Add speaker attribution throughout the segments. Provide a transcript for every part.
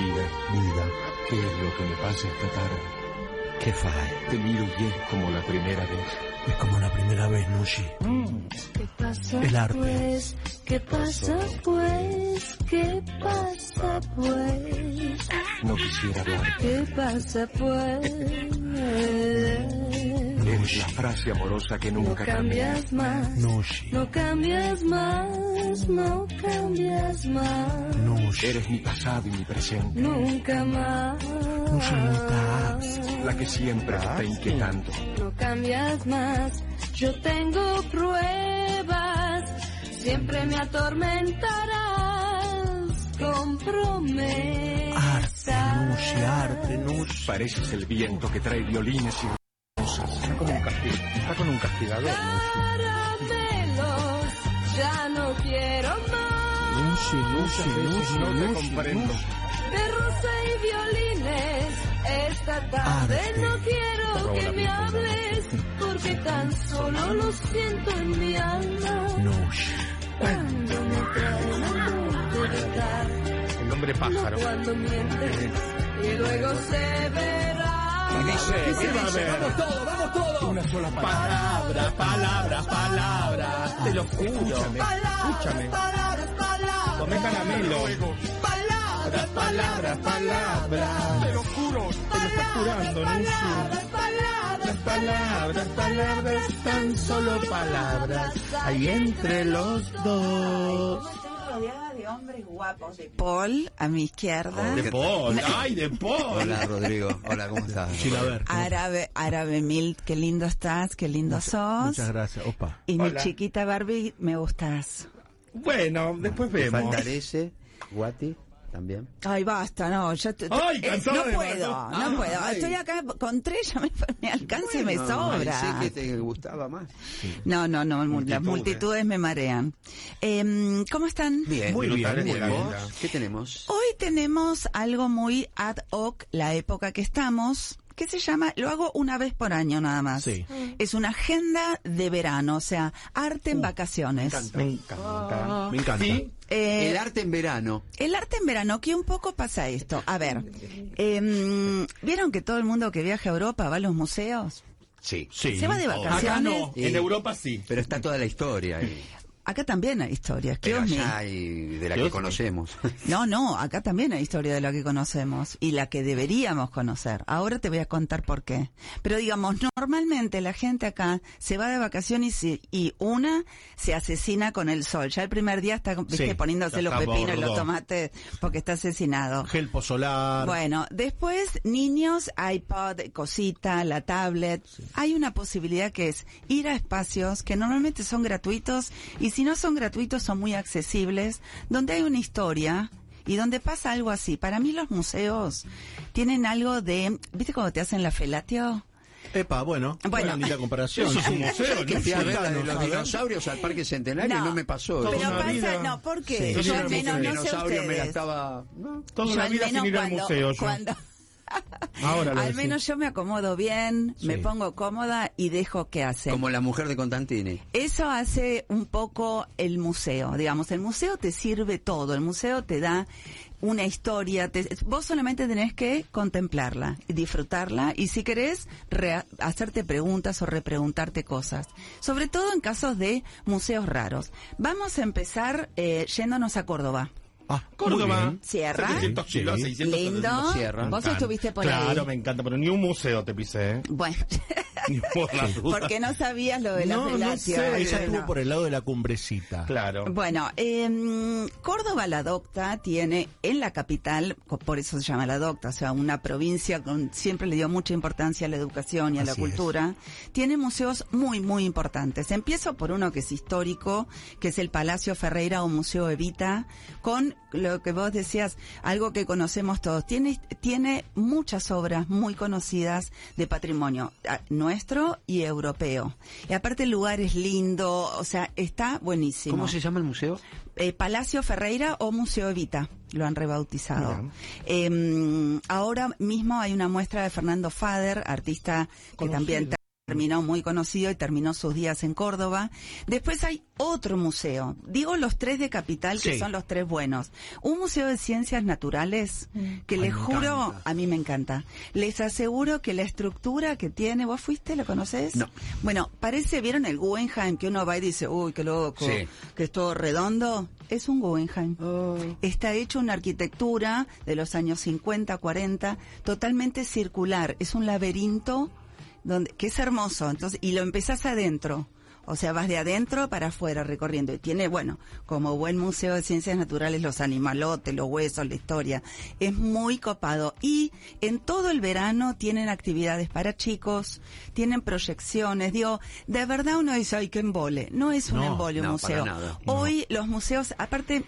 Speaker 1: Mira, ¿qué es lo que me pasa esta tarde?
Speaker 2: ¿Qué faes?
Speaker 1: Te miro y es como la primera vez.
Speaker 3: Es como la primera vez, Nushi.
Speaker 4: ¿Qué pasa
Speaker 3: El arte.
Speaker 4: pues? ¿Qué pasa pues? ¿Qué pasa pues?
Speaker 1: No quisiera hablar.
Speaker 4: ¿Qué pasa pues?
Speaker 1: Es la frase amorosa que
Speaker 4: No
Speaker 1: nunca cambia.
Speaker 4: cambias más,
Speaker 3: Nushi.
Speaker 4: no cambias más, no cambias más,
Speaker 3: Nushi.
Speaker 1: Eres mi pasado y mi presente.
Speaker 4: nunca más.
Speaker 3: estás.
Speaker 1: La que siempre me está inquietando.
Speaker 4: No cambias más, yo tengo pruebas, siempre me atormentarás con promesas.
Speaker 3: Arte, Nushi, arte, Nushi.
Speaker 1: Pareces el viento que trae violines y rosas.
Speaker 5: Está con un castigador.
Speaker 4: Caramelos, ya no quiero más,
Speaker 3: Nushi, Nushi, Nushi,
Speaker 1: No te
Speaker 3: Nushi,
Speaker 1: comprendo.
Speaker 3: Nushi.
Speaker 4: de rosa y violines, esta tarde
Speaker 3: Arte.
Speaker 4: no quiero que me hables, porque tan solo lo siento en mi alma.
Speaker 3: Nushi.
Speaker 4: Cuando me traen amor de verdad.
Speaker 5: El hombre pájaro.
Speaker 4: Cuando mientes y luego se verá.
Speaker 5: Vamos todo, vamos todo. Una sola palabra. Palabra, palabra, palabra. Te lo juro. Escúchame.
Speaker 4: Palabras, palabras,
Speaker 5: Come caramelo. Palabra, palabra, palabra. Te lo juro. Te lo estás jurando, Nushi.
Speaker 4: palabras,
Speaker 5: Las palabras, palabras, tan solo palabras. Ahí entre los dos.
Speaker 6: Estoy rodeada de hombres guapos. De Paul, a mi izquierda.
Speaker 5: De Paul, ay, de Paul.
Speaker 2: Hola, Rodrigo. Hola, ¿cómo estás?
Speaker 3: Sí, a ver.
Speaker 6: Árabe, árabe mil, qué lindo estás, qué lindo sos.
Speaker 3: Muchas gracias. Opa.
Speaker 6: Y mi
Speaker 5: Hola.
Speaker 6: chiquita Barbie, me gustas.
Speaker 5: Bueno, después
Speaker 7: Me
Speaker 5: vemos.
Speaker 7: falta ese, Guati, también.
Speaker 6: Ay, basta, no, ya te,
Speaker 5: Ay,
Speaker 6: eh,
Speaker 5: cansado
Speaker 6: no
Speaker 5: de
Speaker 6: puedo,
Speaker 5: matar.
Speaker 6: no puedo.
Speaker 5: Ay.
Speaker 6: Estoy acá con tres, ya me, me alcanza y me sobra.
Speaker 7: Pensé que te gustaba más.
Speaker 6: No, no, no, mu- las multitudes me marean. Em, ¿Cómo están?
Speaker 7: Bien,
Speaker 5: Muy bien,
Speaker 7: bien.
Speaker 5: muy bien.
Speaker 7: ¿Vos? ¿Qué tenemos?
Speaker 6: Hoy tenemos algo muy ad hoc, la época que estamos, que se llama, lo hago una vez por año nada más.
Speaker 3: Sí.
Speaker 6: Es una agenda de verano, o sea, arte
Speaker 7: Uh,
Speaker 6: en vacaciones.
Speaker 5: Me encanta. Me encanta. Sí,
Speaker 6: Eh,
Speaker 7: El arte en verano.
Speaker 6: el arte en verano, que un poco pasa esto. A ver, em, ¿vieron que todo el mundo que viaja a Europa va a los museos?
Speaker 7: Sí.
Speaker 3: Sí.
Speaker 6: Se va de vacaciones.
Speaker 5: Acá no,
Speaker 7: Sí.
Speaker 5: en Europa sí.
Speaker 7: Pero está toda la historia ahí.
Speaker 6: Acá también hay historias,
Speaker 7: Pero
Speaker 6: Dios mío.
Speaker 7: allá y de la
Speaker 5: Dios
Speaker 7: que
Speaker 5: me.
Speaker 7: conocemos.
Speaker 6: No, no, acá también hay historia de la que conocemos y la que deberíamos conocer. Ahora te voy a contar por qué. Pero digamos, normalmente la gente acá se va de vacaciones y, se- y una se asesina con el sol. Ya el primer día está viste,
Speaker 3: Sí,
Speaker 6: poniéndose
Speaker 5: ya
Speaker 6: los
Speaker 5: está
Speaker 6: pepinos y los
Speaker 5: bordo.
Speaker 6: tomates porque está asesinado.
Speaker 3: Gelpo solar.
Speaker 6: Bueno, después niños, iPod, cosita, la tablet. Hay una posibilidad que es ir a espacios que normalmente son gratuitos y si no son gratuitos son muy accesibles, donde hay una historia y donde pasa algo así. Para mí los museos tienen algo de, ¿viste cuando te hacen la felatio?
Speaker 3: Epa, bueno.
Speaker 6: Bueno.
Speaker 3: Buena linda comparación.
Speaker 5: Eso es un museo,
Speaker 7: Que
Speaker 5: ¿no?
Speaker 7: fui a ver la de
Speaker 3: Contanos,
Speaker 7: los
Speaker 3: a ver.
Speaker 7: dinosaurios al Parque Centenario y no me pasó.
Speaker 6: Pero
Speaker 7: Yo
Speaker 5: una
Speaker 6: pasa,
Speaker 5: vida.
Speaker 6: no, ¿por qué?
Speaker 3: Sí.
Speaker 6: Yo al
Speaker 7: al museo
Speaker 6: menos
Speaker 7: de
Speaker 6: no sé
Speaker 7: dinosaurios me la
Speaker 6: ustedes.
Speaker 7: estaba... no.
Speaker 5: Toda
Speaker 6: Yo
Speaker 5: la
Speaker 6: al
Speaker 5: vida
Speaker 6: menos
Speaker 5: sin ir al
Speaker 6: cuando-
Speaker 5: museo. yo.
Speaker 6: cuando-
Speaker 5: Ahora lo
Speaker 6: al
Speaker 5: decís.
Speaker 6: menos yo me acomodo bien, me
Speaker 3: Sí.
Speaker 6: pongo cómoda y dejo que hacen.
Speaker 7: Como la mujer de Constantini.
Speaker 6: Eso hace un poco el museo, digamos, el museo te sirve todo, el museo te da una historia, te- vos solamente tenés que contemplarla, disfrutarla y si querés re- hacerte preguntas o repreguntarte cosas, sobre todo en casos de museos raros. Vamos a empezar eh, yéndonos a Córdoba.
Speaker 3: Ah,
Speaker 5: Córdoba.
Speaker 6: Sierra.
Speaker 5: 700 kilos,
Speaker 3: Sí.
Speaker 5: 600
Speaker 6: Lindo.
Speaker 7: Sierra.
Speaker 6: Vos estuviste por
Speaker 5: claro,
Speaker 6: ahí.
Speaker 5: Claro, me encanta, pero ni un museo te pisé, ¿eh?
Speaker 6: Bueno,
Speaker 5: Ni por la duda.
Speaker 6: porque no sabías lo de la
Speaker 3: No, no
Speaker 6: felatio.
Speaker 3: sé. Ella estuvo
Speaker 6: Bueno.
Speaker 3: por el lado de la cumbrecita.
Speaker 5: Claro.
Speaker 6: Bueno, eh, Córdoba la docta tiene en la capital, co- por eso se llama la docta, o sea, una provincia que siempre le dio mucha importancia a la educación y a la
Speaker 3: Así es.
Speaker 6: cultura, tiene museos muy, muy importantes. Empiezo por uno que es histórico, que es el Palacio Ferreira o Museo Evita, con lo que vos decías, algo que conocemos todos. Tiene, tiene muchas obras muy conocidas de patrimonio ah, nuestro y europeo. Y aparte el lugar es lindo, o sea, está buenísimo.
Speaker 7: ¿Cómo se llama el museo?
Speaker 6: Eh, Palacio Ferreira o Museo Evita, lo han rebautizado. Em, Eh, ahora mismo hay una muestra de Fernando Fader, artista que también terminó muy conocido y terminó sus días en Córdoba. Después hay otro museo. Digo los tres de Capital, que
Speaker 3: Sí.
Speaker 6: son los tres buenos. Un museo de ciencias naturales, que les juro, a mí me encanta. Les aseguro que la estructura que tiene, ¿vos fuiste? ¿Lo conoces?
Speaker 7: No.
Speaker 6: Bueno, parece, ¿vieron el Guggenheim? Que uno va y dice, uy, qué loco,
Speaker 7: Sí.
Speaker 6: que es todo redondo. Es un Guggenheim. Está hecho una arquitectura de los años 50, 40, totalmente circular. Es un laberinto donde, que es hermoso. Entonces, y lo empezás adentro. O sea, vas de adentro para afuera recorriendo. Y tiene, bueno, como buen museo de ciencias naturales, los animalotes, los huesos, la historia. Es muy copado. Y en todo el verano tienen actividades para chicos, tienen proyecciones. Digo, de verdad uno dice, ay, qué embole. No es un
Speaker 3: No,
Speaker 6: embole un
Speaker 7: no, para
Speaker 6: museo.
Speaker 7: nada.
Speaker 6: Hoy los museos, aparte,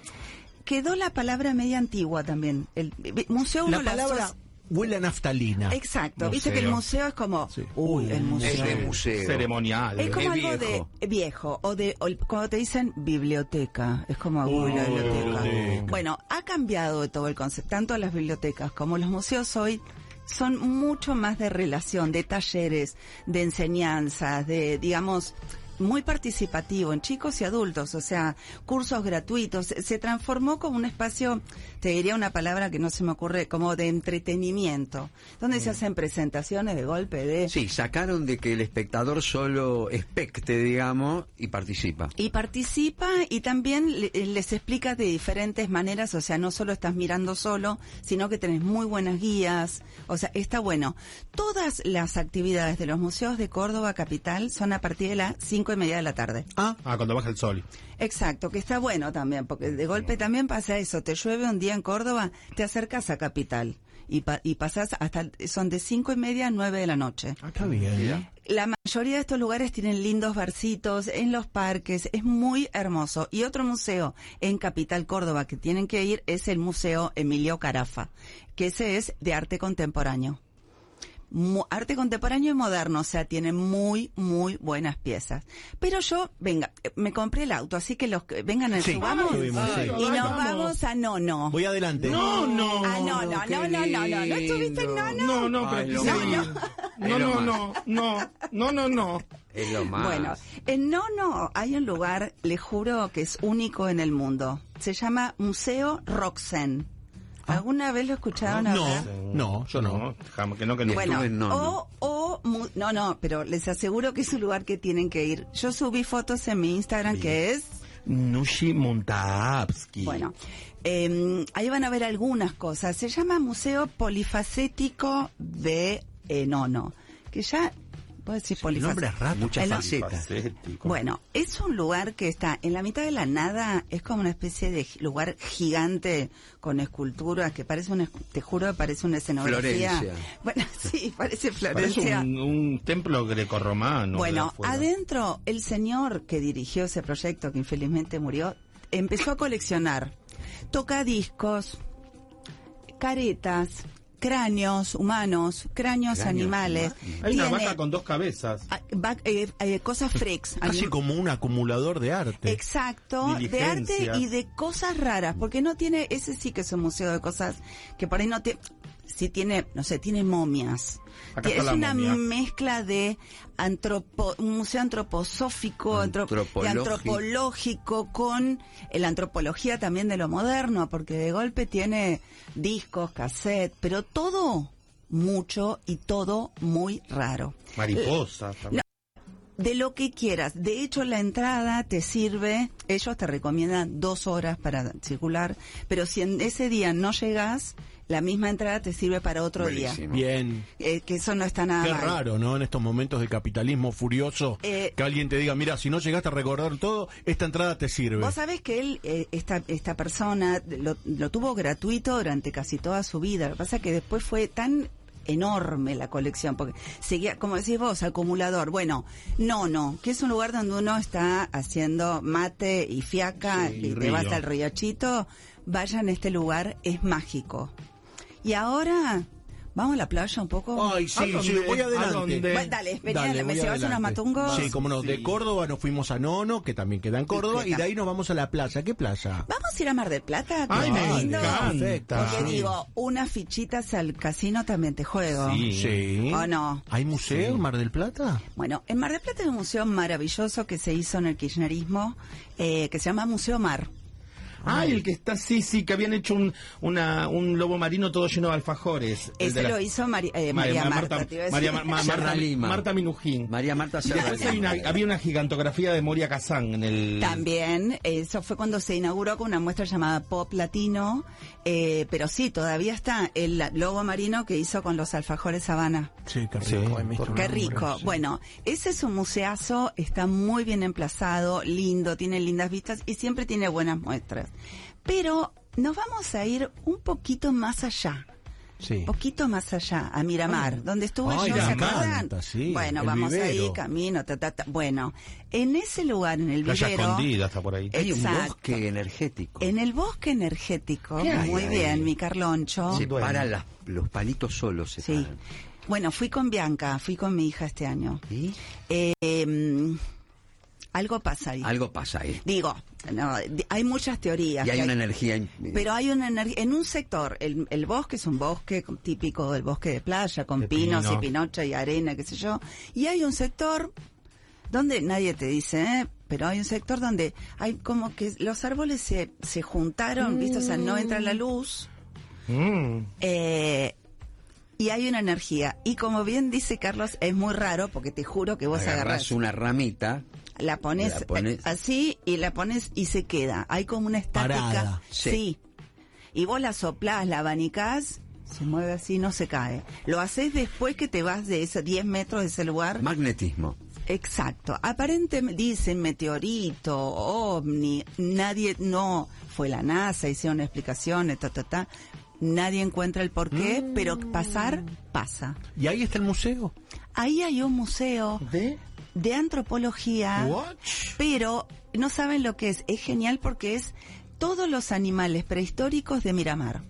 Speaker 6: quedó la palabra media antigua también. El eh, museo uno
Speaker 3: La palabra
Speaker 6: asocia-
Speaker 3: huele a naftalina.
Speaker 6: Exacto, viste que el museo es como,
Speaker 3: Sí.
Speaker 6: uy, el museo.
Speaker 7: Es de museo.
Speaker 5: Ceremonial.
Speaker 6: Es como
Speaker 7: Es
Speaker 6: algo
Speaker 7: viejo.
Speaker 6: de viejo o de o el- cuando te dicen biblioteca, es como "Uy, la biblioteca. Bueno, ha cambiado todo el concepto, tanto las bibliotecas como los museos hoy son mucho más de relación, de talleres, de enseñanzas, de digamos muy participativo en chicos y adultos, o sea, cursos gratuitos, se se transformó como un espacio, te diría una palabra que no se me ocurre, como de entretenimiento, donde se hacen presentaciones de golpe de
Speaker 7: Sí, sacaron de que el espectador solo expecte, digamos, y participa.
Speaker 6: Y participa y también le- eh, les explica de diferentes maneras, o sea, no solo estás mirando solo, sino que tenés muy buenas guías, o sea, está bueno. Todas las actividades de los museos de Córdoba Capital son a partir de las cinco y media de la tarde.
Speaker 3: Ah,
Speaker 5: Ah, cuando baja el sol.
Speaker 6: Exacto, que está bueno también, porque de golpe también pasa eso, te llueve un día en Córdoba, te acercas a Capital y, pa- y pasás hasta, son de cinco y media a nueve de la noche.
Speaker 3: Ah, está bien.
Speaker 6: La mayoría de estos lugares tienen lindos barcitos en los parques, es muy hermoso. Y otro museo en Capital Córdoba que tienen que ir es el Museo Emilio Carafa, que ese es de arte contemporáneo. Mu- arte contemporáneo y moderno, o sea, tiene muy, muy buenas piezas. Pero yo, venga, eh, me compré el auto, así que los que vengan al
Speaker 3: Sí,
Speaker 6: subamos
Speaker 3: estuvimos, sí.
Speaker 6: y nos vamos a no, no.
Speaker 3: Voy adelante.
Speaker 5: No, no.
Speaker 6: Ah, no, no,
Speaker 7: qué
Speaker 6: no, no, no, no, no estuviste en
Speaker 7: lindo.
Speaker 6: no, no.
Speaker 5: No, no, pero
Speaker 7: Ay,
Speaker 5: es que
Speaker 7: lo
Speaker 5: sí.
Speaker 7: más.
Speaker 5: No,
Speaker 7: Es lo
Speaker 5: no,
Speaker 7: más.
Speaker 5: no, no, no, no, no.
Speaker 7: Es lo más.
Speaker 6: Bueno, en no, no, hay un lugar, le juro que es único en el mundo. Se llama Museo Roxen. ¿Alguna vez lo escucharon
Speaker 3: Ah. No,
Speaker 6: hablar?
Speaker 3: no, yo no.
Speaker 5: jamás, que no, que
Speaker 7: Bueno.
Speaker 6: Bueno,
Speaker 7: Estuve en No,
Speaker 6: o, o, mu- no, no, pero les aseguro que es un lugar que tienen que ir. Yo subí fotos en mi Instagram que es,
Speaker 5: Nushi Montabsky.
Speaker 6: bueno, eh, ahí van a ver algunas cosas. Se llama Museo Polifacético de eh, Nono, que ya, puedo decir
Speaker 3: El nombre
Speaker 6: polifacético.
Speaker 3: es raro.
Speaker 7: Muchas
Speaker 6: El-
Speaker 7: facetas.
Speaker 6: Bueno, es un lugar que está en la mitad de la nada, es como una especie de gi- lugar gigante con esculturas que parece una, escu- te juro, parece una escenografía.
Speaker 7: Florencia.
Speaker 6: Bueno, sí, parece
Speaker 5: Es
Speaker 6: Florencia.
Speaker 5: un, un templo grecorromano.
Speaker 6: Bueno,
Speaker 5: de afuera.
Speaker 6: adentro el señor que dirigió ese proyecto, que infelizmente murió, empezó a coleccionar tocadiscos, caretas, cráneos humanos, cráneos,
Speaker 7: Cráneos
Speaker 6: animales.
Speaker 5: Hay una
Speaker 6: Tiene,
Speaker 5: vaca con dos cabezas.
Speaker 6: ah, va- eh, eh, cosas freaks.
Speaker 3: Casi
Speaker 6: anim-
Speaker 3: como un acumulador de arte.
Speaker 6: Exacto, de arte
Speaker 5: Diligencia.
Speaker 6: y de cosas raras, porque no tiene, ese sí que es un museo de cosas que por ahí no te, sí tiene, no sé, tiene momias.
Speaker 5: Acá
Speaker 6: Tie-
Speaker 5: está
Speaker 6: es
Speaker 5: la
Speaker 6: una
Speaker 5: momia.
Speaker 6: mezcla de antropo, un museo antroposófico, antro-
Speaker 7: Antropológico.
Speaker 6: de antropológico con eh, la antropología también de lo moderno, porque de golpe tiene discos, cassette, pero todo mucho y todo muy raro
Speaker 5: Mariposas. también.
Speaker 6: de lo que quieras. De hecho, la entrada te sirve, ellos te recomiendan dos horas para circular, pero si en ese día no llegas, la misma entrada te sirve para otro día.
Speaker 7: Buenísimo.
Speaker 3: Bien.
Speaker 6: Eh, que eso no está nada
Speaker 3: Qué
Speaker 6: mal.
Speaker 3: raro, ¿no? En estos momentos de capitalismo furioso,
Speaker 6: Eh,
Speaker 3: que alguien te diga, mira, si no llegaste a recordar todo, esta entrada te sirve.
Speaker 6: Vos sabés que él, eh, esta, esta persona, lo, lo tuvo gratuito durante casi toda su vida. Lo que pasa es que después fue tan enorme la colección, porque seguía, como decís vos, acumulador. Bueno, no, no, que es un lugar donde uno está haciendo mate y fiaca
Speaker 5: Sí,
Speaker 6: y te
Speaker 5: río.
Speaker 6: vas al riachito, vayan a este lugar, es mágico. Y ahora ¿Vamos a la playa un poco?
Speaker 3: Ay, sí,
Speaker 5: ¿A
Speaker 3: sí,
Speaker 5: dónde?
Speaker 3: voy adelante.
Speaker 5: ¿A dónde?
Speaker 6: Va- dale, vení,
Speaker 3: Dale,
Speaker 6: me
Speaker 3: voy
Speaker 6: llevas unos
Speaker 3: adelante.
Speaker 6: matungos.
Speaker 3: Sí, como no, de Córdoba nos fuimos a Nono, que también queda en Córdoba, y de ahí nos vamos a la playa. ¿Qué playa?
Speaker 6: Vamos a ir a Mar del Plata. que
Speaker 5: Ay,
Speaker 6: es
Speaker 5: me
Speaker 6: lindo.
Speaker 5: encanta.
Speaker 6: Porque digo, unas fichitas al casino también te juego.
Speaker 3: Sí.
Speaker 6: ¿O no?
Speaker 3: ¿Hay museo en Mar del Plata?
Speaker 6: Bueno, en Mar del Plata hay un museo maravilloso que se hizo en el kirchnerismo, eh, que se llama Museo Mar.
Speaker 5: Ah, el que está, sí, sí, que habían hecho un, una, un lobo marino todo lleno de alfajores. El
Speaker 6: Ese
Speaker 5: de la-
Speaker 6: lo hizo Mari- eh,
Speaker 5: Ma-
Speaker 6: María
Speaker 5: Ma-
Speaker 6: Marta. te iba a decir.
Speaker 5: María Mar- Ma-
Speaker 7: Serra
Speaker 5: Marta,
Speaker 7: Lima.
Speaker 5: Marta Minujín.
Speaker 7: María Marta
Speaker 5: Y
Speaker 7: Serra.
Speaker 5: después hay una- había una gigantografía de Moria Kazán en el...
Speaker 6: También, eso fue cuando se inauguró con una muestra llamada Pop Latino, eh, pero sí, todavía está el logo marino que hizo con los alfajores Habana.
Speaker 1: Sí, qué
Speaker 3: Sí,
Speaker 1: rico. he visto
Speaker 6: Qué
Speaker 1: una
Speaker 6: rico.
Speaker 1: hamburguesa.
Speaker 6: Bueno, ese es un museazo, está muy bien emplazado, lindo, tiene lindas vistas y siempre tiene buenas muestras. Pero nos vamos a ir un poquito más allá.
Speaker 3: Sí.
Speaker 6: poquito más allá, a Miramar, donde estuve
Speaker 3: Ay,
Speaker 6: yo, ¿se
Speaker 3: Miramar,
Speaker 6: acuerdan?
Speaker 3: sí,
Speaker 6: bueno,
Speaker 3: el
Speaker 6: vamos ahí,
Speaker 3: vivero.
Speaker 6: camino, ta, ta, ta. Bueno, en ese lugar, en el
Speaker 5: Playa
Speaker 6: vivero,
Speaker 5: escondida está por ahí.
Speaker 7: Hay un
Speaker 6: Exacto.
Speaker 7: bosque energético.
Speaker 6: en el bosque energético,
Speaker 7: ¿Qué hay
Speaker 6: muy
Speaker 7: ahí?
Speaker 6: bien, mi Carloncho.
Speaker 7: Se
Speaker 6: Sí.
Speaker 5: duerme.
Speaker 7: paran las- los palitos solos. Se paran.
Speaker 6: Bueno, fui con Bianca, fui con mi hija este año.
Speaker 7: ¿Y?
Speaker 6: Eh, em, algo pasa ahí.
Speaker 7: Algo pasa ahí.
Speaker 6: Digo, no, di- hay muchas teorías.
Speaker 7: Y hay
Speaker 6: que
Speaker 7: una energía. in-
Speaker 6: Pero hay una energía, en un sector, el, el bosque es un bosque con- típico del bosque de playa, con
Speaker 5: De
Speaker 6: pinos
Speaker 5: pino.
Speaker 6: y pinocha y arena, qué sé yo. Y hay un sector donde nadie te dice, ¿eh? pero hay un sector donde hay como que los árboles se, se juntaron, ¿viste? O sea, no entra la luz.
Speaker 5: Mm.
Speaker 6: Eh, y hay una energía. Y como bien dice Carlos, es muy raro porque te juro que vos agarrás,
Speaker 7: agarrás una ramita.
Speaker 6: la pones,
Speaker 7: la pones-
Speaker 6: eh, así y la pones y se queda. Hay como una estática.
Speaker 3: Parada.
Speaker 7: Sí.
Speaker 6: Sí. Y vos la soplás, la abanicás, se mueve así, no se cae. Lo haces después que te vas de esos 10 metros de ese lugar.
Speaker 7: Magnetismo.
Speaker 6: Exacto. Aparentemente dicen meteorito, ovni, nadie, no, fue la NASA, hicieron explicaciones, ta, ta, ta. Nadie encuentra el porqué, pero pasar, pasa.
Speaker 3: Y ahí está el museo.
Speaker 6: Ahí hay un museo
Speaker 5: ¿De?
Speaker 6: de antropología,
Speaker 3: What?
Speaker 6: pero no saben lo que es. Es genial porque es todos los animales prehistóricos de Miramar.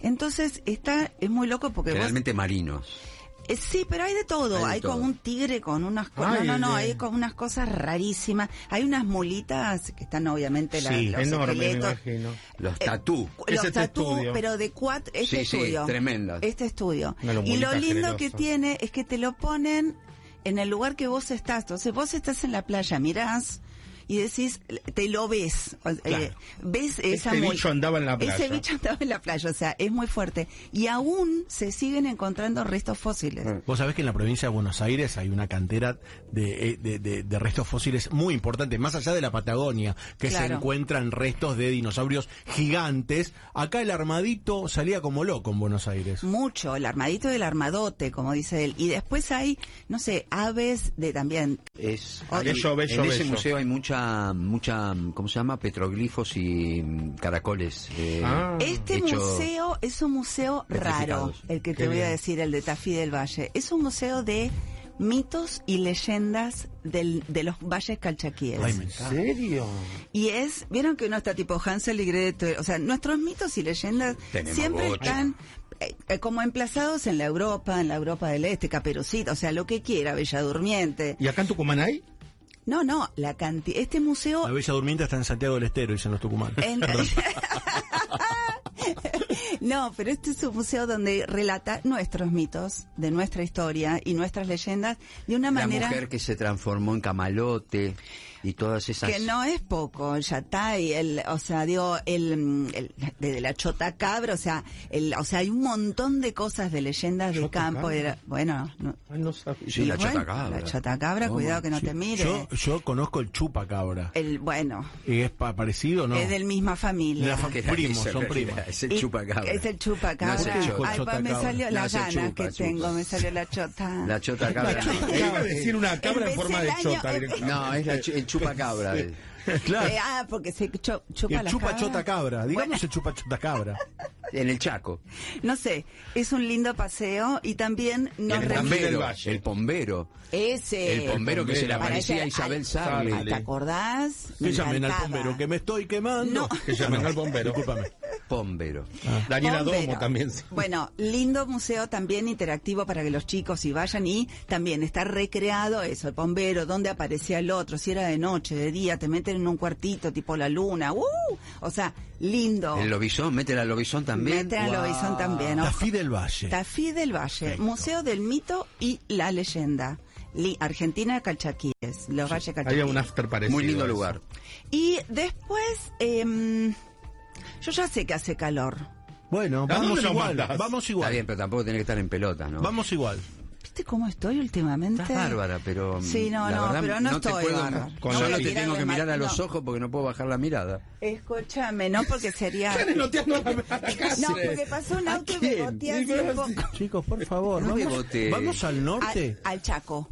Speaker 6: Entonces está, es muy loco porque vos-
Speaker 7: Generalmente marinos.
Speaker 6: eh, Sí, pero hay de todo.
Speaker 7: Hay
Speaker 6: Hay,
Speaker 7: de todo.
Speaker 6: como un tigre con unas cosas.
Speaker 5: Ay,
Speaker 6: No, no,
Speaker 5: de-
Speaker 6: hay como unas cosas rarísimas. Hay unas mulitas que están obviamente las,
Speaker 5: Sí,
Speaker 6: los
Speaker 5: enorme, me
Speaker 6: esqueletos.
Speaker 5: imagino.
Speaker 6: Eh,
Speaker 7: Los tatú.
Speaker 6: Cu-
Speaker 5: Es
Speaker 6: Los
Speaker 5: este
Speaker 6: tatú,
Speaker 5: estudio.
Speaker 6: pero de cuatro. Este
Speaker 7: Sí, sí,
Speaker 6: estudio.
Speaker 7: tremendo.
Speaker 6: Este estudio.
Speaker 5: Una
Speaker 6: y
Speaker 5: lombolita
Speaker 6: lo lindo que
Speaker 5: asquerosa.
Speaker 6: tiene es que te lo ponen en el lugar que vos estás. Entonces vos estás en la playa, mirás y decís, te lo ves. O- eh, ves esa
Speaker 5: Este
Speaker 6: mul-
Speaker 5: bicho andaba en la playa.
Speaker 6: Ese bicho andaba en la playa, o sea, es muy fuerte. Y aún se siguen encontrando restos fósiles.
Speaker 5: Mm.
Speaker 3: Vos sabés que en la provincia de Buenos Aires hay una cantera de, eh, de- de- de restos fósiles muy importante, más allá de la Patagonia, que se
Speaker 6: Claro.
Speaker 3: encuentran restos de dinosaurios gigantes. Acá el armadito salía como loco en Buenos Aires.
Speaker 6: Mucho, el armadito del armadote, como dice él. Y después hay, no sé, aves de también.
Speaker 7: Es,
Speaker 5: Oye. Bello, bello,
Speaker 7: en ese
Speaker 5: bello.
Speaker 7: museo hay mucha, mucha, ¿cómo se llama? Petroglifos y mm, caracoles. eh,
Speaker 5: Ah.
Speaker 6: Este
Speaker 7: hecho-
Speaker 6: museo es un museo raro,
Speaker 7: Petrificados.
Speaker 6: el que te
Speaker 5: Qué
Speaker 6: voy a
Speaker 5: bien.
Speaker 6: decir, el de Tafí del Valle. Es un museo de mitos y leyendas del- de los valles calchaquíes.
Speaker 3: Ay, me
Speaker 5: ¿En
Speaker 3: encanta.
Speaker 5: serio?
Speaker 6: Y es, vieron que uno está tipo Hansel y Gretel, o sea, nuestros mitos y leyendas
Speaker 7: Tenemos
Speaker 6: siempre
Speaker 7: bocha.
Speaker 6: están eh, eh, como emplazados en la Europa, en la Europa del Este, Caperucita, o sea, lo que quiera, Bella Durmiente.
Speaker 5: ¿Y acá en Tucumán hay?
Speaker 6: No, no, la canti este museo
Speaker 3: La Bella Durmiente está en Santiago del Estero, dicen los tucumanos.
Speaker 6: En- no, pero este es un museo donde relata nuestros mitos, de nuestra historia y nuestras leyendas de una
Speaker 7: La
Speaker 6: manera
Speaker 7: mujer que se transformó en camalote y todas esas.
Speaker 6: que no es poco. El yatay, el, o sea, digo, el, mm, el- desde la chota cabra, o sea, el, o sea, hay un montón de cosas de leyendas del
Speaker 5: Chota
Speaker 6: campo.
Speaker 5: cabra.
Speaker 6: era- bueno, no-
Speaker 5: Ay, no sabía.
Speaker 7: Sí,
Speaker 6: y
Speaker 7: la
Speaker 6: bueno,
Speaker 7: chotacabra.
Speaker 6: La chotacabra,
Speaker 7: ¿Cómo?
Speaker 6: cuidado que no te mire.
Speaker 3: Yo, yo conozco el chupacabra.
Speaker 6: El, bueno,
Speaker 3: ¿Y es pa- parecido o no?
Speaker 6: es del misma familia.
Speaker 3: La fa-
Speaker 7: Que era
Speaker 3: Primos,
Speaker 7: eso,
Speaker 3: son
Speaker 7: que era-
Speaker 3: primos.
Speaker 7: Es el
Speaker 6: Y-
Speaker 7: chupacabra.
Speaker 6: Es el chupacabra.
Speaker 7: No es el chota.
Speaker 6: Ay, pa, me
Speaker 3: chotacabra.
Speaker 6: salió
Speaker 7: No
Speaker 6: las
Speaker 7: es el
Speaker 6: ganas
Speaker 7: chupa,
Speaker 6: que
Speaker 7: chupa.
Speaker 6: tengo, me salió la chota.
Speaker 7: La chotacabra.
Speaker 5: Iba a decir una cabra en
Speaker 6: Empecé
Speaker 5: forma
Speaker 6: el
Speaker 5: de
Speaker 6: año-
Speaker 5: chota
Speaker 6: em-
Speaker 5: directamente.
Speaker 7: No, es la chu- el chupacabra.
Speaker 3: Claro.
Speaker 6: Eh, ah, porque se cho- chupa
Speaker 3: El
Speaker 6: las
Speaker 3: chupa
Speaker 6: cabras.
Speaker 3: chota cabra. Digamos eh.
Speaker 6: Bueno,
Speaker 3: el chupa chota cabra.
Speaker 7: En el Chaco.
Speaker 6: no sé, es un lindo paseo y también nos
Speaker 7: el
Speaker 5: Ramiro
Speaker 6: remite-
Speaker 5: del
Speaker 7: bombero.
Speaker 5: Valle.
Speaker 7: El bombero.
Speaker 6: ese
Speaker 7: El bombero que se le
Speaker 5: bombero.
Speaker 7: aparecía a Isabel Sarli.
Speaker 6: Ah, ¿Te acordás? Me
Speaker 3: Que llamen al
Speaker 6: encantaba.
Speaker 3: bombero, Ah. que me estoy quemando.
Speaker 6: No.
Speaker 5: Que llamen al bombero.
Speaker 3: Discúlpame.
Speaker 7: Pombero.
Speaker 5: Daniela
Speaker 6: Bombero.
Speaker 5: Domo también.
Speaker 6: Bueno, lindo museo también interactivo para que los chicos y vayan y también está recreado eso, el bombero, dónde aparecía el otro, si era de noche, de día, te meten en un cuartito tipo la luna, ¡uh! O sea, lindo.
Speaker 7: El lobizón, mete al lobizón también.
Speaker 6: Meten al
Speaker 7: Guau.
Speaker 6: lobizón también. ¿no?
Speaker 3: Tafí del Valle.
Speaker 6: Tafí del Valle,
Speaker 3: Perfecto.
Speaker 6: Museo del Mito y la Leyenda. Li- Argentina Calchaquíes, los Valles
Speaker 5: Había
Speaker 6: Calchaquíes.
Speaker 5: un after parecido.
Speaker 7: Muy lindo
Speaker 5: a eso.
Speaker 7: lugar.
Speaker 6: Y después, em, yo ya sé que hace calor.
Speaker 3: Bueno,
Speaker 5: ¿A dónde
Speaker 3: vamos
Speaker 5: nos
Speaker 3: igual,
Speaker 5: mandás?
Speaker 3: vamos
Speaker 7: Está
Speaker 3: igual.
Speaker 7: bien, pero tampoco tiene que estar en pelotas, ¿no?
Speaker 3: Vamos igual.
Speaker 6: ¿Viste cómo estoy últimamente?
Speaker 7: Estás bárbara, pero. mm,
Speaker 6: Sí, no,
Speaker 7: la
Speaker 6: no,
Speaker 7: verdad,
Speaker 6: pero no,
Speaker 7: te
Speaker 6: estoy
Speaker 7: puedo-
Speaker 6: bárbara.
Speaker 5: con-
Speaker 7: Yo no
Speaker 6: No voy a
Speaker 7: te
Speaker 6: tirarle
Speaker 7: tengo que
Speaker 6: mal-
Speaker 7: mirar a
Speaker 6: no.
Speaker 7: los ojos porque no puedo bajar la mirada.
Speaker 6: Escúchame, no porque sería...
Speaker 5: Están enoteando a la- a
Speaker 6: No,
Speaker 5: Cáceres.
Speaker 6: porque pasó un
Speaker 5: ¿A
Speaker 6: auto y
Speaker 5: quién?
Speaker 6: bebotea
Speaker 5: Y
Speaker 6: así un
Speaker 5: pero-
Speaker 6: poco.
Speaker 3: Chicos, por favor,
Speaker 7: No
Speaker 3: vamos,
Speaker 7: bebote.
Speaker 3: vamos al norte.
Speaker 6: Al, al Chaco.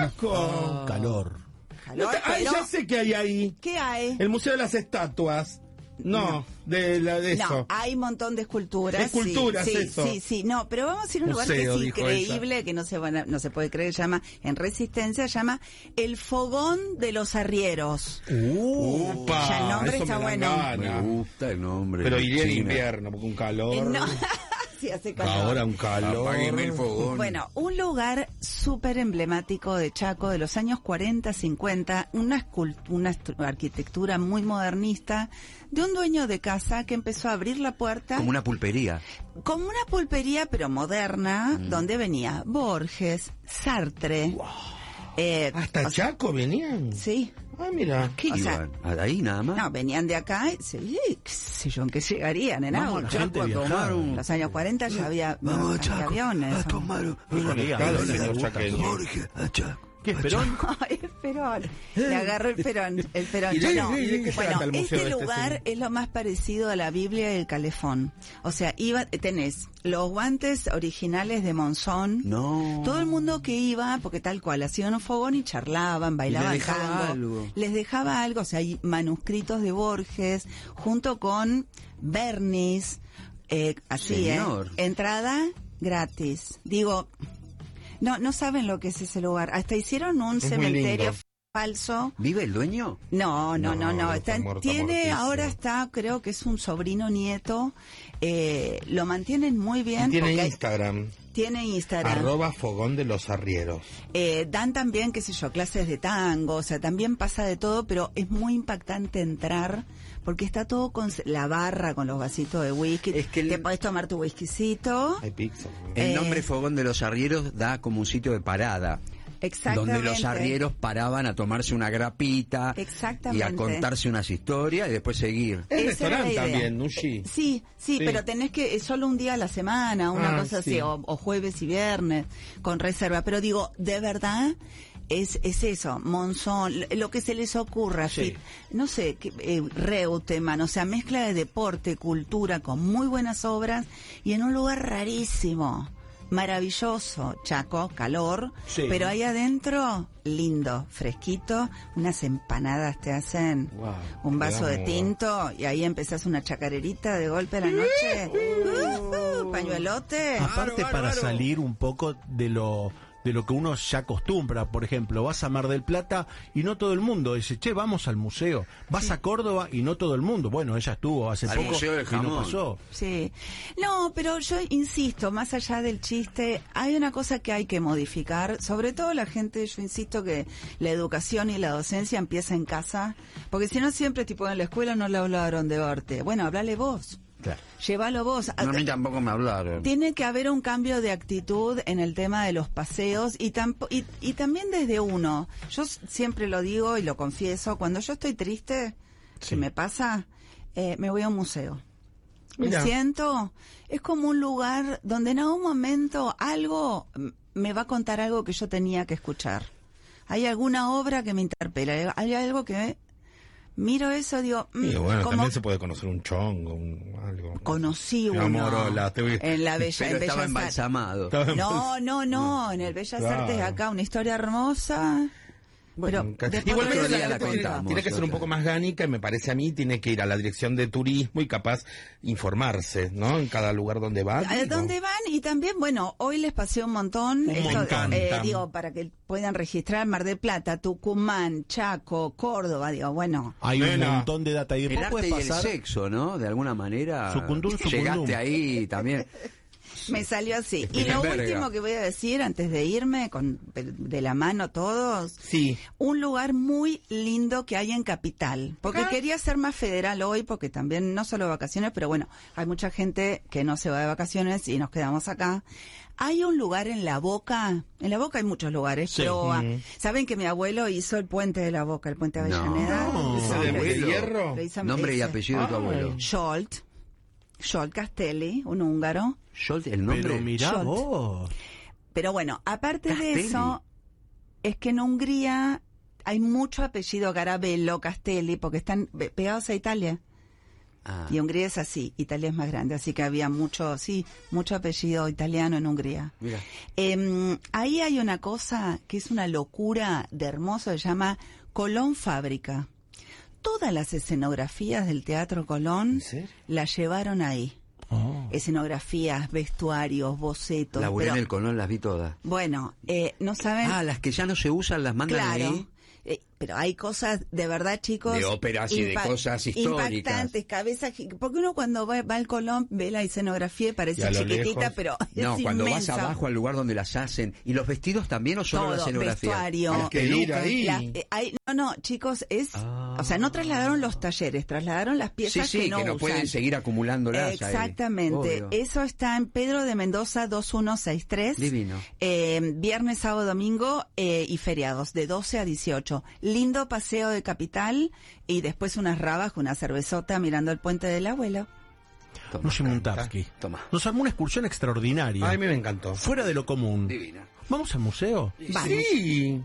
Speaker 5: Chaco.
Speaker 3: Calor.
Speaker 5: No
Speaker 6: Calor,
Speaker 5: está- Ay,
Speaker 6: pero-
Speaker 5: ya sé qué hay ahí.
Speaker 6: ¿Qué hay?
Speaker 5: El Museo de las Estatuas. No, de, la, de
Speaker 6: No, ah,
Speaker 5: eso.
Speaker 6: hay un montón de esculturas.
Speaker 5: De esculturas,
Speaker 6: sí, sí,
Speaker 5: eso.
Speaker 6: Sí, sí, no, pero vamos a ir a un
Speaker 5: Museo,
Speaker 6: lugar
Speaker 5: dijo
Speaker 6: que es increíble, que no se, van a- no se puede creer, llama, en Resistencia, llama El Fogón de los Arrieros.
Speaker 5: Upa,
Speaker 6: ya el nombre
Speaker 5: eso
Speaker 6: está
Speaker 5: me
Speaker 6: bueno.
Speaker 5: dan ganas.
Speaker 7: Me gusta el nombre.
Speaker 5: Pero iría en
Speaker 7: China.
Speaker 5: invierno, porque un
Speaker 6: Eh,
Speaker 5: calor.
Speaker 6: no, sí, hace calor.
Speaker 5: Ahora un calor.
Speaker 7: Apáguenme el fogón.
Speaker 6: Bueno, un lugar súper emblemático de Chaco de los años 40, 50, una, escul- una estru- arquitectura muy modernista, de un dueño de casa que empezó a abrir la puerta
Speaker 7: Como una pulpería.
Speaker 6: como una pulpería pero moderna,
Speaker 7: Mm.
Speaker 6: donde venía Borges, Sartre. eh,
Speaker 5: Hasta
Speaker 6: o sea,
Speaker 5: Chaco venían.
Speaker 6: sí.
Speaker 5: Ah, mira.
Speaker 6: O sea,
Speaker 7: Iban. Ahí nada más.
Speaker 6: no, venían de acá, y, sí, qué sé yo, en qué llegarían en
Speaker 3: Vamos
Speaker 6: agua.
Speaker 3: al Chaco a tomar
Speaker 6: En
Speaker 3: un...
Speaker 6: los años 40 ya había,
Speaker 7: Vamos a
Speaker 6: había
Speaker 7: Chaco.
Speaker 6: aviones.
Speaker 7: A tomar un.
Speaker 3: Ah,
Speaker 5: Claro, señor chaqueño.
Speaker 7: Jorge, a Chaco.
Speaker 3: ¿Qué esperón?
Speaker 6: Ay, el Perón. Le agarró el Perón. El Perón.
Speaker 5: Eh. ¿Y de-
Speaker 6: No.
Speaker 5: de- de qué trata
Speaker 6: Bueno,
Speaker 5: el museo
Speaker 6: este
Speaker 5: este,
Speaker 6: lugar es lo más parecido a la Biblia y el Calefón. O sea, iba, tenés los guantes originales de Monzón.
Speaker 7: No.
Speaker 6: Todo el mundo que iba, porque tal cual, hacían un fogón y charlaban, bailaban
Speaker 7: les dejaba
Speaker 6: tango.
Speaker 7: algo.
Speaker 6: Les dejaba algo, o sea, hay manuscritos de Borges, junto con Bernis, eh, así, ¿eh?
Speaker 7: Señor.
Speaker 6: Entrada gratis. Digo, no, no saben lo que es ese lugar. Hasta hicieron un
Speaker 5: muy
Speaker 6: cementerio
Speaker 5: lindo.
Speaker 6: falso.
Speaker 7: ¿Vive el dueño?
Speaker 6: No, no, no, no.
Speaker 5: No,
Speaker 6: Está-
Speaker 5: está muerto,
Speaker 6: tiene,
Speaker 5: muertísimo.
Speaker 6: ahora está, creo que es un sobrino nieto. Eh, lo mantienen muy bien.
Speaker 5: Y tiene
Speaker 6: porque
Speaker 5: Instagram.
Speaker 6: tiene Instagram.
Speaker 5: Arroba fogón de los arrieros.
Speaker 6: Eh, dan también, qué sé yo, clases de tango, o sea, también pasa de todo, pero es muy impactante entrar porque está todo con la barra, con los vasitos de whisky.
Speaker 7: Es que el-
Speaker 6: Te podés tomar tu whiskycito.
Speaker 5: Hay pizza. ¿no?
Speaker 7: El
Speaker 6: Eh.
Speaker 7: nombre Fogón de los Arrieros da como un sitio de parada.
Speaker 6: Exactamente.
Speaker 7: Donde los arrieros paraban a tomarse una grapita. Y
Speaker 6: Exactamente.
Speaker 7: a contarse unas historias y después seguir.
Speaker 6: Esa
Speaker 5: Es
Speaker 6: era la
Speaker 5: restaurante
Speaker 6: idea.
Speaker 5: también, Nushi.
Speaker 6: Sí, sí,
Speaker 5: Sí.
Speaker 6: pero tenés que, es solo un día a la semana, una
Speaker 5: Ah,
Speaker 6: cosa
Speaker 5: sí.
Speaker 6: así, o, o jueves y viernes, con reserva. Pero digo, de verdad, es, es eso, Monzón, l- lo que se les ocurra,
Speaker 3: Sí.
Speaker 6: Fit, no sé, que, eh, Reutemann, o sea, mezcla de deporte, cultura, con muy buenas obras, y en un lugar rarísimo. Maravilloso, Chaco, calor,
Speaker 3: Sí.
Speaker 6: pero ahí adentro, lindo, fresquito, unas empanadas te hacen,
Speaker 5: Guau,
Speaker 6: un vaso de
Speaker 5: quedamos-
Speaker 6: tinto, Exacto, y ahí empezás una chacarerita de golpe a la noche.
Speaker 3: Uh.
Speaker 6: Ujú, pañuelote.
Speaker 3: Aparte para salir un poco de lo de lo que uno ya acostumbra, por ejemplo, vas a Mar del Plata y no todo el mundo dice, che, vamos al museo, vas a Córdoba y no todo el mundo, bueno, ella estuvo hace
Speaker 7: Al
Speaker 3: poco
Speaker 7: Museo del
Speaker 3: y no
Speaker 7: Jamón.
Speaker 3: pasó.
Speaker 6: Sí. No, pero yo insisto, más allá del chiste, hay una cosa que hay que modificar, sobre todo la gente, yo insisto que la educación y la docencia empieza en casa, porque si no siempre tipo en la escuela no le hablaron de arte. Bueno, hablale vos.
Speaker 7: Claro.
Speaker 6: Llévalo vos.
Speaker 7: No, a mí tampoco me hablaron.
Speaker 6: Ah, Tiene que haber un cambio de actitud en el tema de los paseos y, tampo- y, y también desde uno. Yo s- siempre lo digo y lo confieso, cuando yo estoy triste, que me pasa, eh, me voy a un museo.
Speaker 5: Mira.
Speaker 6: Me siento, es como un lugar donde en algún momento algo mm, me va a contar algo que yo tenía que escuchar. Hay alguna obra que me interpela, eh, hay algo que miro eso, digo, mm,
Speaker 5: Y bueno,
Speaker 6: como
Speaker 5: también se puede conocer un chongo, un, algo.
Speaker 6: conocí
Speaker 5: Mi
Speaker 6: uno
Speaker 5: amor, hola, te voy-
Speaker 6: en la bella,
Speaker 7: Pero estaba
Speaker 6: en Bellas Artes.
Speaker 7: embalsamado.
Speaker 5: Estaba-
Speaker 6: No, no, no, en el Bellas
Speaker 5: Claro.
Speaker 6: Artes acá, una historia hermosa. Pero después-
Speaker 5: Igualmente
Speaker 7: Otro
Speaker 5: la
Speaker 7: día
Speaker 5: gente
Speaker 7: la
Speaker 5: tiene-
Speaker 7: contamos,
Speaker 5: tiene que ser un
Speaker 7: otro
Speaker 5: poco
Speaker 7: día.
Speaker 5: más gánica y me parece a mí tiene que ir a la dirección de turismo y capaz informarse, ¿no? En cada lugar donde va.
Speaker 6: ¿A
Speaker 5: digo.
Speaker 6: dónde van? Y también, bueno, hoy les pasé un montón. eh,
Speaker 5: Un montón.
Speaker 6: digo, para que puedan registrar Mar del Plata, Tucumán, Chaco, Córdoba. Digo, bueno,
Speaker 3: Hay un
Speaker 5: Nena.
Speaker 3: montón de data y
Speaker 7: El
Speaker 3: después
Speaker 7: arte
Speaker 3: puede
Speaker 7: y el
Speaker 3: pasar.
Speaker 7: sexo, ¿no? De alguna manera
Speaker 3: Sucundum, sucundum.
Speaker 7: llegaste ahí también.
Speaker 6: me salió así. Y
Speaker 7: Bien,
Speaker 6: lo
Speaker 7: verga.
Speaker 6: último que voy a decir antes de irme, con, de la mano todos,
Speaker 5: Sí.
Speaker 6: un lugar muy lindo que hay en Capital. Porque quería ser más federal hoy, porque también no solo vacaciones, pero bueno, hay mucha gente que no se va de vacaciones y nos quedamos acá. Hay un lugar en La Boca, en La Boca hay muchos lugares, pero ah, ¿saben que mi abuelo hizo el puente de La Boca, el puente de
Speaker 7: No.
Speaker 6: Avellaneda?
Speaker 3: No.
Speaker 6: Sí,
Speaker 5: ¿El de
Speaker 6: lo hizo-
Speaker 5: hierro?
Speaker 6: lo hizo-
Speaker 7: Nombre y
Speaker 6: ese.
Speaker 7: apellido de tu
Speaker 5: Ay.
Speaker 7: abuelo.
Speaker 6: Scholt, Scholt Castelli, un húngaro.
Speaker 7: Scholt, el nombre.
Speaker 3: Pero mirá
Speaker 6: Short.
Speaker 3: vos.
Speaker 6: Pero bueno, aparte
Speaker 7: Castelli.
Speaker 6: de eso, es que en Hungría hay mucho apellido Garabello, Castelli, porque están pe- pegados a Italia.
Speaker 7: Ah.
Speaker 6: Y Hungría es así, Italia es más grande, así que había mucho, sí, mucho apellido italiano en Hungría.
Speaker 7: Mira.
Speaker 6: Em, ahí hay una cosa que es una locura de hermoso, se llama Colón Fábrica. Todas las escenografías del Teatro Colón
Speaker 5: ¿En serio?
Speaker 6: las llevaron ahí. Escenografías, vestuarios, bocetos.
Speaker 7: Oh. Laburé
Speaker 6: pero-
Speaker 7: en el Colón, las vi todas.
Speaker 6: bueno, eh, no saben.
Speaker 7: Ah, las que ya no se usan las mandan
Speaker 6: claro.
Speaker 7: ahí.
Speaker 6: Eh, pero hay cosas, de verdad, chicos.
Speaker 7: De óperas y de
Speaker 6: impa-
Speaker 7: cosas históricas.
Speaker 6: Impactantes, cabezas. gi- Porque uno cuando va, va al Colón ve la escenografía y
Speaker 5: Y a
Speaker 6: parece
Speaker 5: lo
Speaker 6: chiquitita,
Speaker 5: lejos-
Speaker 6: pero.
Speaker 7: No,
Speaker 6: es
Speaker 7: cuando
Speaker 6: inmensa.
Speaker 7: vas abajo al lugar donde las hacen. ¿Y los vestidos también o solo
Speaker 6: Todo,
Speaker 7: la escenografía?
Speaker 6: vestuario,
Speaker 5: Hay que ir ahí.
Speaker 6: la- eh, hay- no, no, chicos, es,
Speaker 7: Ah.
Speaker 6: o sea, no trasladaron los talleres, trasladaron las
Speaker 7: Sí,
Speaker 6: piezas
Speaker 7: sí, que no,
Speaker 6: usan.
Speaker 7: pueden seguir acumulándolas.
Speaker 6: Exactamente.
Speaker 7: Ahí. Obvio.
Speaker 6: Eso está en Pedro de Mendoza 2163.
Speaker 7: Divino.
Speaker 6: Eh, viernes, sábado, domingo eh, y feriados de 12 a 18. Lindo paseo de capital y después unas rabas con una cervezota mirando el puente del abuelo.
Speaker 7: Toma.
Speaker 3: Lucy Muntarsky.
Speaker 7: Toma.
Speaker 3: Nos armó una excursión extraordinaria.
Speaker 5: Ay, a mí me encantó.
Speaker 3: Fuera de lo común.
Speaker 7: Divina.
Speaker 3: Vamos al museo.
Speaker 6: Vamos.
Speaker 5: Sí.